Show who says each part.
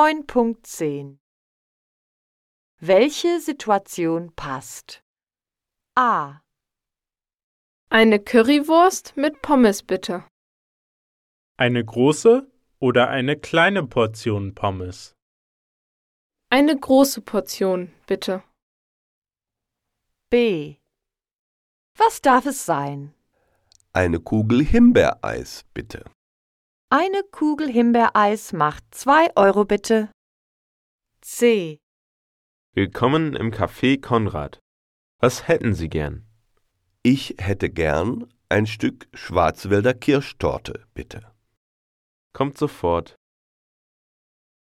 Speaker 1: 9.10 Welche Situation passt? A,
Speaker 2: Eine Currywurst mit Pommes bitte.
Speaker 3: Eine große oder eine kleine Portion Pommes.
Speaker 2: Eine große Portion bitte.
Speaker 1: B. Was darf es sein?
Speaker 4: Eine Kugel Himbeereis, bitte.
Speaker 1: Eine Kugel Himbeereis macht 2 Euro bitte. C.
Speaker 5: Willkommen im Café Konrad. Was hätten Sie gern?
Speaker 4: Ich hätte gern ein Stück Schwarzwälder Kirschtorte, bitte.
Speaker 5: Kommt sofort.